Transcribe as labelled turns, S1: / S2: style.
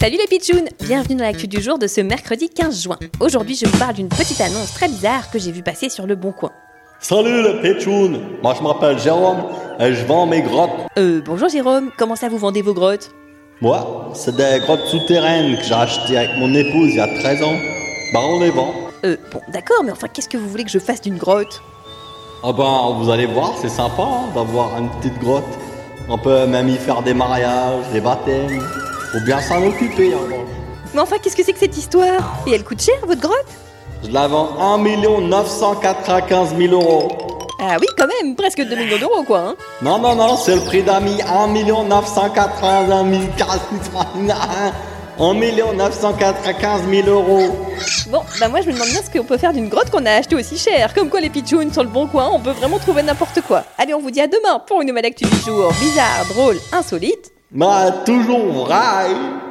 S1: Salut les pitchouns Bienvenue dans l'actu du jour de ce mercredi 15 juin. Aujourd'hui, je vous parle d'une petite annonce très bizarre que j'ai vue passer sur le Bon Coin.
S2: Salut les pitchouns Moi je m'appelle Jérôme et je vends mes grottes.
S1: Euh, bonjour Jérôme, comment ça vous vendez vos grottes
S2: Moi, c'est des grottes souterraines que j'ai achetées avec mon épouse il y a 13 ans. Bah on les vend.
S1: Euh, bon, d'accord, mais enfin, qu'est-ce que vous voulez que je fasse d'une grotte
S2: Ah ben vous allez voir, c'est sympa hein, d'avoir une petite grotte. On peut même y faire des mariages, des baptêmes. Faut bien s'en occuper en revanche.
S1: Mais enfin, qu'est-ce que c'est que cette histoire Et elle coûte cher, votre grotte
S2: Je la vends 1 995 000 euros.
S1: Ah oui, quand même, presque 2 millions d'euros, quoi hein.
S2: Non, non, non, c'est le prix d'ami 1 981 000 1 995 000 euros.
S1: Bon, bah moi je me demande bien ce qu'on peut faire d'une grotte qu'on a achetée aussi cher. Comme quoi les pitchouns sur le bon coin, on peut vraiment trouver n'importe quoi. Allez, on vous dit à demain pour une nouvelle actu du jour. Bizarre, drôle, insolite.
S2: Mais toujours vrai.